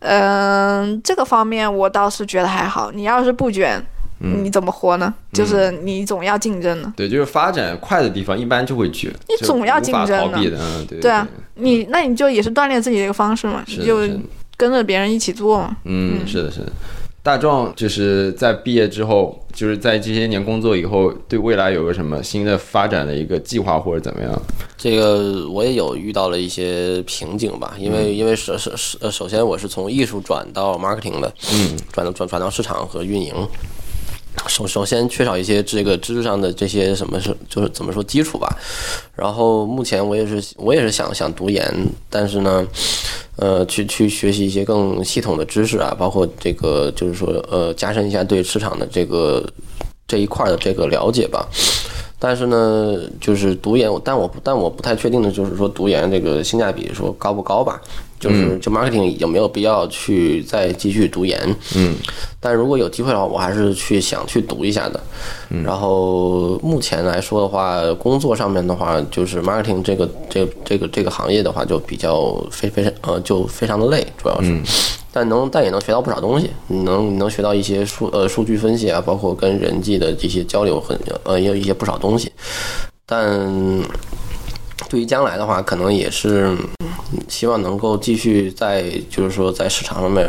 嗯、这个方面我倒是觉得还好，你要是不卷。嗯你怎么活呢？就是你总要竞争的，对，就是发展快的地方一般就会卷，你就总要竞无争法的逃避的，嗯，对对啊，你那你就也是锻炼自己的一个方式嘛，是你的就是的跟着别人一起做嘛。嗯，是的，是的。大壮就是在毕业之后，就是在这些年工作以后，对未来有个什么新的发展的一个计划或者怎么样？这个我也有遇到了一些瓶颈吧，因嗯为因为首首首呃首先我是从艺术转到 marketing 的，嗯，转到转转到市场和运营。首首先缺少一些这个知识上的这些什么是就是怎么说基础吧，然后目前我也是我也是想想读研，但是呢，呃，去去学习一些更系统的知识啊，包括这个就是说呃加深一下对市场的这个这一块儿的这个了解吧。但是呢，就是读研，但我不但我不太确定的就是说读研这个性价比说高不高吧，就是就 marketing 有没有必要去再继续读研？嗯，但如果有机会的话，我还是去想去读一下的。然后目前来说的话，工作上面的话，就是 marketing 这个这个这个这个行业的话，就比较非非常呃就非常的累，主要是。但能，但也能学到不少东西。你能，你能学到一些数呃数据分析啊，包括跟人际的这些交流很呃，也有一些不少东西。但对于将来的话，可能也是嗯希望能够继续在就是说在市场上面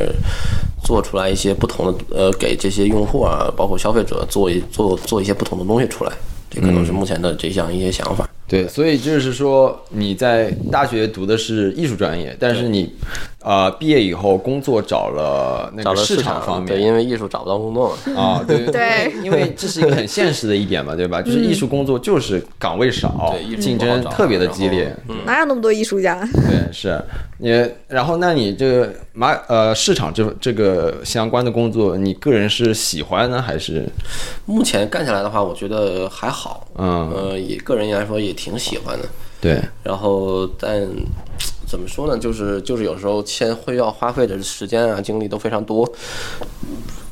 做出来一些不同的呃，给这些用户啊，包括消费者做一做做一些不同的东西出来。这可能是目前的这项一些想法。对，所以就是说你在大学读的是艺术专业，但是你，呃，毕业以后工作找了那找个了市场方对，面因为艺术找不到工作嘛。啊，对对因为因为这是一个很现实的一点嘛，对吧？就是艺术工作就是岗位少对艺，术竞不好争找特别的然后激烈，哪有那么多艺术家？对，是你。然后，那你这个马呃市场这这个相关的工作，你个人是喜欢呢，还是目前干下来的话，我觉得还好，嗯呃，也个人来说也挺喜欢的。对？然后，但怎么说呢，就是就是有时候先会要花费的时间啊、精力都非常多，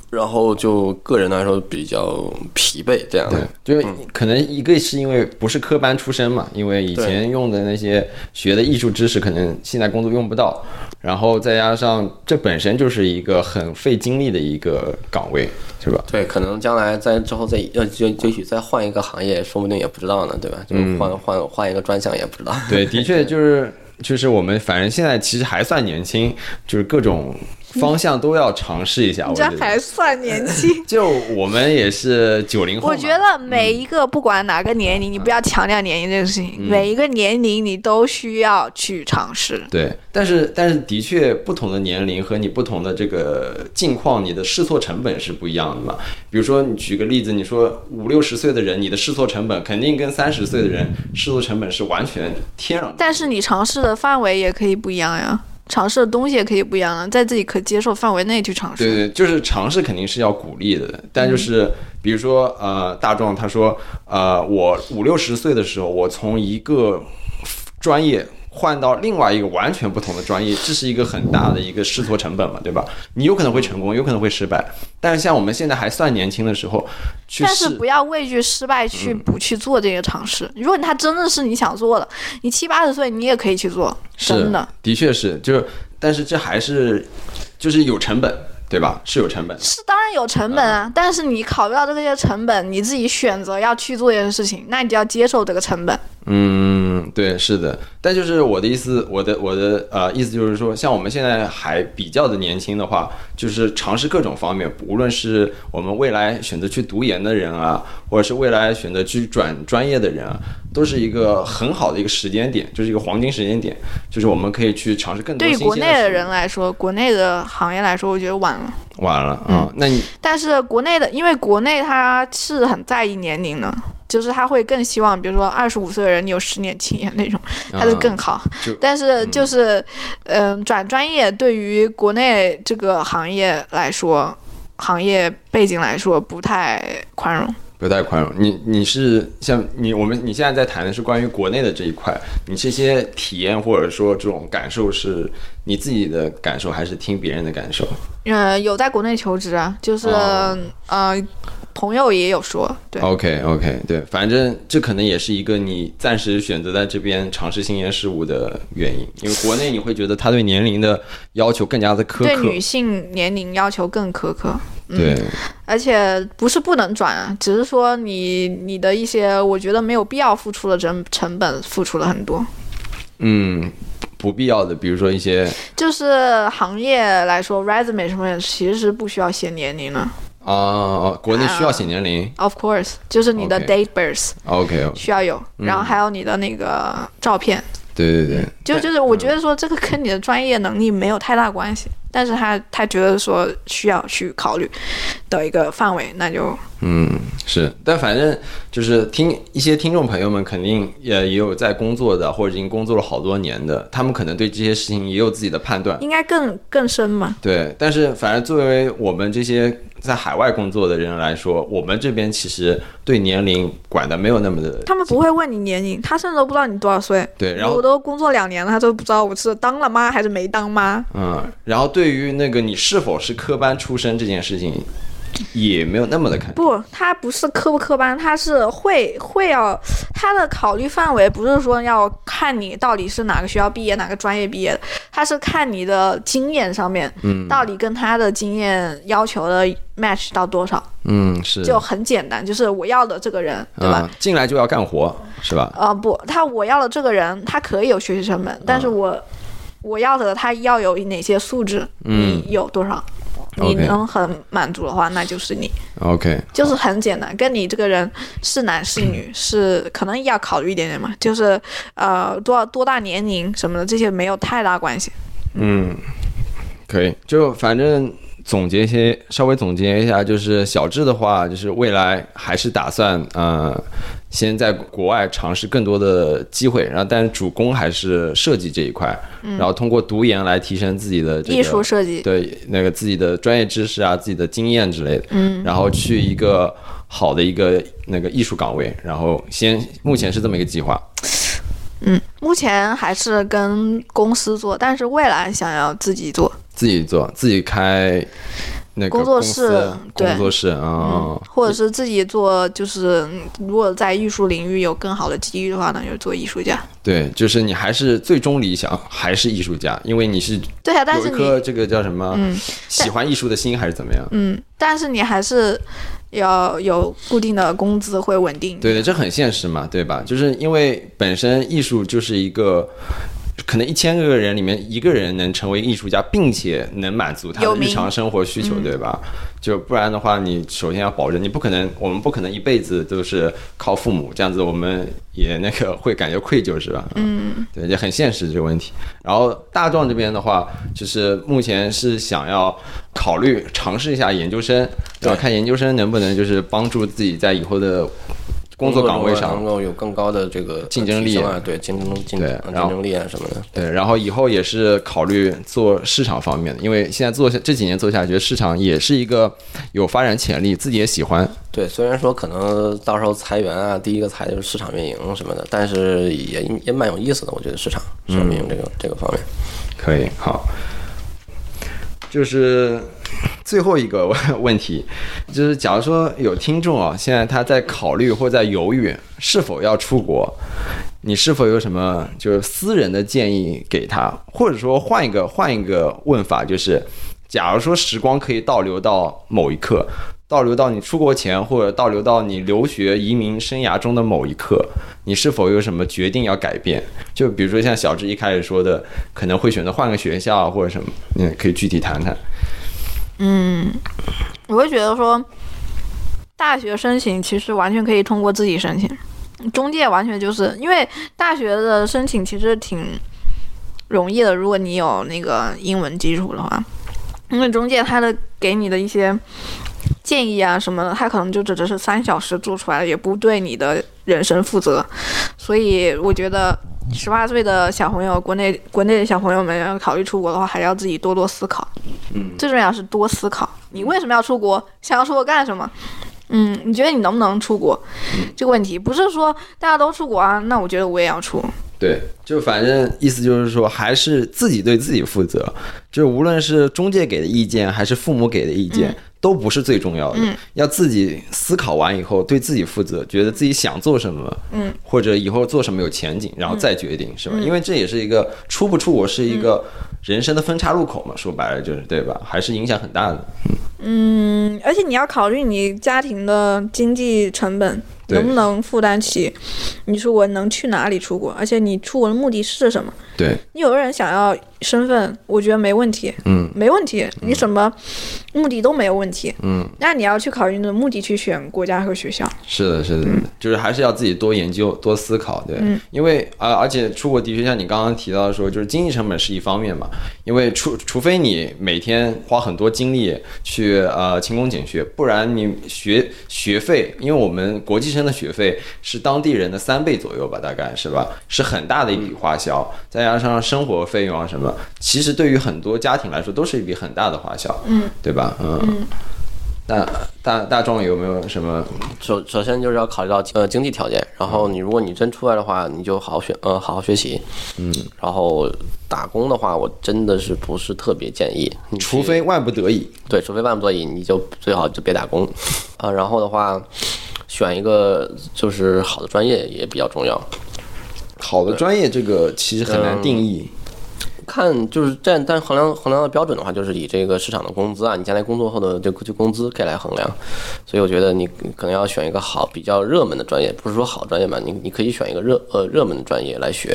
然后就个人来说比较疲惫这样对的。，啊就是可能一个是因为不是科班出身嘛，因为以前用的那些学的艺术知识，可能现在工作用不到，然后再加上这本身就是一个很费精力的一个岗位，是吧？对，可能将来在之后再呃，就就也许再换一个行业，说不定也不知道呢，对吧？就嗯换换换一个专项也不知道。对，的确就是就是我们反正现在其实还算年轻，就是各种方向都要尝试一下。我 你这觉得。还算年 轻就我们也是九零后嘛，我觉得每嗯一个不管哪个年龄，你不要强调年龄这个事情，每一个年龄你都需要去尝试。对，但是但是的确，不同的年龄和你不同的这个境况，你的试错成本是不一样的嘛。比如说，你举个例子，你说五六十岁的人，你的试错成本肯定跟三十岁的人试错成本是完全天壤。但是你尝试的范围也可以不一样呀，尝试的东西也可以不一样啊，在自己可接受范围内去尝对试。对，就是尝试肯定是要鼓励的，但嗯就是比如说呃，大壮他说呃，我五六十岁的时候，我从一个专业换到另外一个完全不同的专业，这是一个很大的一个试错成本嘛，对吧？你有可能会成功，有可能会失败，但是像我们现在还算年轻的时候去但是试，嗯不要畏惧失败去不去做这个尝试。如果它真的是你想做的，你七八十岁你也可以去做，是真的。，的确是，就是但是这还是就是有成本，对吧？是有成本的。是当然有成本嗯啊，但是你考虑到这些成本，你自己选择要去做这件事情，那你就要接受这个成本。嗯，对，是的。但就是我的意思，我的我的呃意思就是说，像我们现在还比较的年轻的话，就是尝试各种方面，无论是我们未来选择去读研的人啊，或者是未来选择去转专业的人啊，都是一个很好的一个时间点，就是一个黄金时间点，就是我们可以去尝试更多对于新鲜国的内的事物人来说，国内的行业来说，我觉得晚了。完了啊、嗯那你但是国内的，因为国内他是很在意年龄的，就是他会更希望，比如说二十五岁的人你有十年经验那种，他就更好。啊就但是就是，嗯、转专业对于国内这个行业来说，行业背景来说不太宽容。不太宽容。你你是像你我们你现在在谈的是关于国内的这一块，你这些体验或者说这种感受是你自己的感受，还是听别人的感受？嗯、有在国内求职啊，就是、哦呃，朋友也有说，对。 OK OK，对，反正这可能也是一个你暂时选择在这边尝试新鲜事物的原因，因为国内你会觉得他对年龄的要求更加的苛对刻女，嗯性年龄要求更苛刻，对，而且不是不能转啊，只是说你你的一些我觉得没有必要付出的成成本付出了很多。嗯，不必要的，比如说一些就是行业来说，resume 什么的其实是不需要写年龄的。啊、哦国内需要写年龄、 Of course，就是你的 OK 嗯 date birth o k 需要有，然后还有你的那个照片。对对对，就对嗯就是我觉得说这个跟你的专业能力没有太大关系，但是他他觉得说需要去考虑的一个范围，那就嗯，是，但反正就是听一些听众朋友们，肯定也也有在工作的，或者已经工作了好多年的，他们可能对这些事情也有自己的判断。应该更更深嘛。对，但是反正作为我们这些在海外工作的人来说，我们这边其实对年龄管的没有那么的他们不会问你年龄，他甚至都不知道你多少岁。对，然后我都工作两年了，他都不知道我是当了妈还是没当妈。嗯，然后对于那个你是否是科班出身这件事情，也没有那么的看重。不，他不是科不科班，他是会会要他的考虑范围不是说要看你到底是哪个学校毕业、哪个专业毕业的，他是看你的经验上面，嗯，到底跟他的经验要求的 match 到多少，嗯，是就很简单，就是我要的这个人，对吧？嗯？进来就要干活，是吧？呃，不，他我要的这个人，他可以有学习成本，但是我、我要的他要有哪些素质，嗯你有多少，你 OK 能很满足的话，那就是你。 OK，就是很简单，跟你这个人是男是女 是可能要考虑一点点嘛，就是呃多少多大年龄什么的这些没有太大关系。嗯，可以，就反正总结一些，稍微总结一下，就是小智的话，就是未来还是打算呃，先在国外尝试更多的机会，然后但主攻还是设计这一块，然后通过读研来提升自己的这个嗯艺术设计，对那个自己的专业知识啊、自己的经验之类的，嗯，然后去一个好的一个那个艺术岗位，然后先目前是这么一个计划，目前还是跟公司做，但是未来想要自己做自己做，自己开那个工作室公司对嗯工作室啊、或者是自己做，就是嗯如果在艺术领域有更好的机遇的话呢，就是做艺术家。对，就是你还是最终理想还是艺术家，因为你是对啊，但有是一你颗这个叫什么、喜欢艺术的心还是怎么样？嗯，但是你还是要有固定的工资会稳定。对对，这很现实嘛，对吧？就是因为本身艺术就是一个。可能一千个人里面一个人能成为艺术家，并且能满足他有的日名常生活需求，对吧？就不然的话，你首先要保证，你不可能，我们不可能一辈子都是靠父母这样子，我们也那个会感觉愧疚，是吧？嗯，对，也很现实这个问题。然后大壮这边的话，就是目前是想要考虑尝试一下研究生，然后看研究生能不能就是帮助自己在以后的工作岗位中啊上能。够有更高的这个竞争力提升啊，对竞争竞对竞然后争力啊什么的。对，然后以后也是考虑做市场方面的，因为现在做下这几年做下来，觉得市场也是一个有发展潜力，自己也喜欢。对，虽然说可能到时候裁员啊，第一个裁就是市场运营什么的，但是也也蛮有意思的，我觉得市场市场运营这嗯个、这个方面。可以，好，就是最后一个问问题， 就是假如说有听众啊，现在他在考虑或在犹豫是否要出国，你是否有什么就是私人的建议给他？或者说换一个换一个问法，就是假如说时光可以倒流到某一刻，倒流到你出国前，或者倒流到你留学移民生涯中的某一刻，你是否有什么决定要改变？就比如说像小智一开始说的，可能会选择换个学校啊或者什么，你可以具体谈谈。嗯我会觉得说，大学申请其实完全可以通过自己申请，中介完全就是因为大学的申请其实挺容易的，如果你有那个英文基础的话，因为中介他的给你的一些建议啊什么的，他可能就只是三小时做出来，也不对你的人生负责，所以我觉得。十八岁的小朋友，国内国内的小朋友们要考虑出国的话，还要自己多多思考。嗯最重要是多思考，你为什么要出国？想要出国干什么？嗯，你觉得你能不能出国？嗯这个问题不是说大家都出国啊，那我觉得我也要出。对，就反正意思就是说，还是自己对自己负责。就是无论是中介给的意见，还是父母给的意见，都不是最重要的。要自己思考完以后，对自己负责，觉得自己想做什么，嗯，或者以后做什么有前景，然后再决定，是吧？因为这也是一个出不出国是一个人生的分岔路口嘛，说白了就是对吧？还是影响很大的。嗯，而且你要考虑你家庭的经济成本对能不能负担起，你出国能去哪里出国，而且你出国的目的是什么？对，你有的人想要身份，我觉得没问题，嗯，没问题，你什么目的都没有问题，嗯，那你要去考虑你的目的去选国家和学校，是的，是的，就是还是要自己多研究、多思考，对，因为啊、而且出国的确像你刚刚提到的说，就是经济成本是一方面嘛，因为除除非你每天花很多精力去呃勤工俭学，不然你学学费，因为我们国际生的学费是当地人的三倍左右吧，大概是吧，是很大的一笔花销，再加上生活费用啊什么，其实对于很多家庭来说都是一笔很大的花销，嗯，对吧？嗯，那大大壮有没有什么？首首先就是要考虑到呃经济条件，然后你如果你真出来的话，你就好好学，呃，好好学习，嗯，然后打工的话，我真的是不是特别建议，你去除非万不得已，对，除非万不得已，你就最好就别打工， 啊，然后的话，选一个就是好的专业也比较重要，好的专业这个其实很难定义。看就是但但衡量衡量的标准的话，就是以这个市场的工资啊，你将来工作后的这个就工资可以来衡量。所以我觉得你可能要选一个好、比较热门的专业，不是说好专业吧，你你可以选一个热呃热门的专业来学。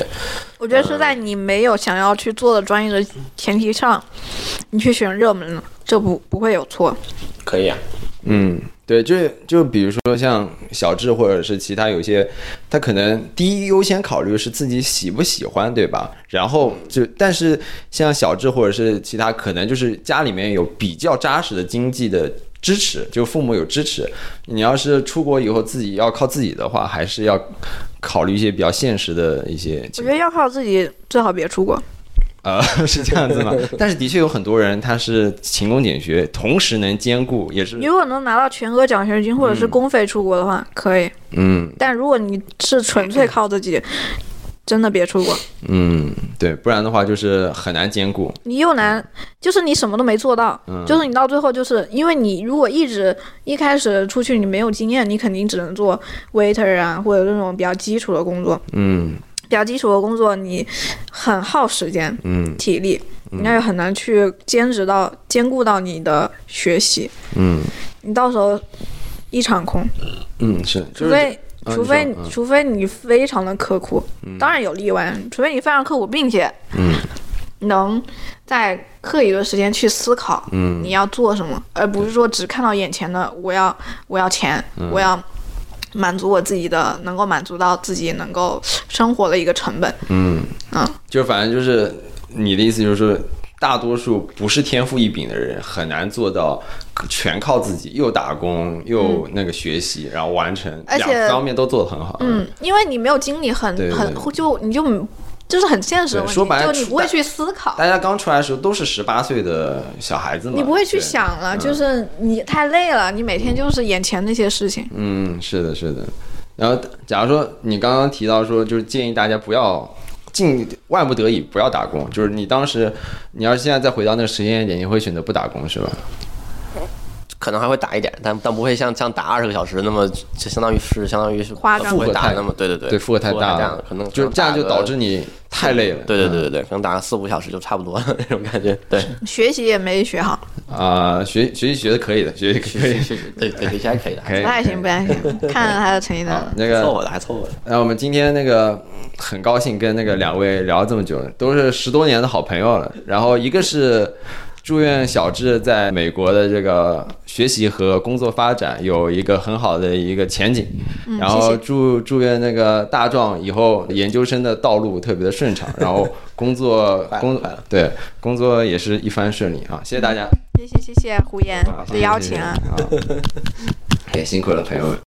我觉得是在你没有想要去做的专业的前提上，你去选热门的，这不不会有错。可以啊，嗯，对，就是就比如说像小智或者是其他有些，他可能第一优先考虑是自己喜不喜欢，对吧？然后就但是像小智或者是其他，可能就是家里面有比较扎实的经济的。支持就父母有支持，你要是出国以后自己要靠自己的话，还是要考虑一些比较现实的一些我情觉得要靠自己，最好别出国。呃， 是这样子吗？但是的确有很多人他是勤工俭学，同时能兼顾，也是你如果能拿到全额奖学金或者是公费出国的话，可以。嗯但如果你是纯粹靠自己，真的别出国。嗯，对，不然的话就是很难兼顾。你又难，就是你什么都没做到，就是你到最后就是因为你如果一直一开始出去你没有经验，你肯定只能做 waiter 啊或者那种比较基础的工作，嗯比较基础的工作你很耗时间嗯体力，那也很难去兼职到兼顾到你的学习，嗯你到时候一场空，嗯，是，就除是非。啊除非你说嗯除非你非常的刻苦，当然有例外。除非你非常刻苦，并且嗯能在刻意的时间去思考，嗯你要做什么，而不是说只看到眼前的我要我要钱，嗯我要满足我自己的，能够满足到自己能够生活的一个成本。嗯嗯，就反正就是你的意思就是。大多数不是天赋异禀的人很难做到全靠自己，又打工又那个学习，然后完成嗯而两且方面都做得很好。嗯，因为你没有经历很对对很对就你就就是很现实的对问说白题，了就你不会去思考。大家刚出来的时候都是十八岁的小孩子嘛，你不会去对嗯想了，就是你太累了，你每天就是眼前那些事情。嗯，是的，是的。然后，假如说你刚刚提到说，就是建议大家不要尽万不得已不要打工，就是你当时，你要是现在再回到那个时间点，你会选择不打工是吧？可能还会打一点，但但不会像像打二十个小时那么，就相当于是相当于是夸张不会负荷打太那么，对对对，对负荷太大大了，可能就是这样就导致你你太累了。对对对对对，可能打个四五小时就差不多了那种感觉，对，学习也没学好，啊，学学习学的可以的，学习可以， 是，对对，学习还可以的，可以不太行，不哎 太行。看了他的成绩单好，，那凑个，合的，还凑合的。呃那我们今天那个很高兴跟那个两位聊了这么久，都是十多年的好朋友了。然后一个是祝愿小智在美国的这个学习和工作发展有一个很好的一个前景，然嗯谢后谢祝祝愿那个大壮以后研究生的道路特别的顺畅，然后工作快了工快了对工作也是一帆顺利啊！谢谢大家。谢谢谢谢胡言好谢的谢邀请啊。也辛苦了，朋友们。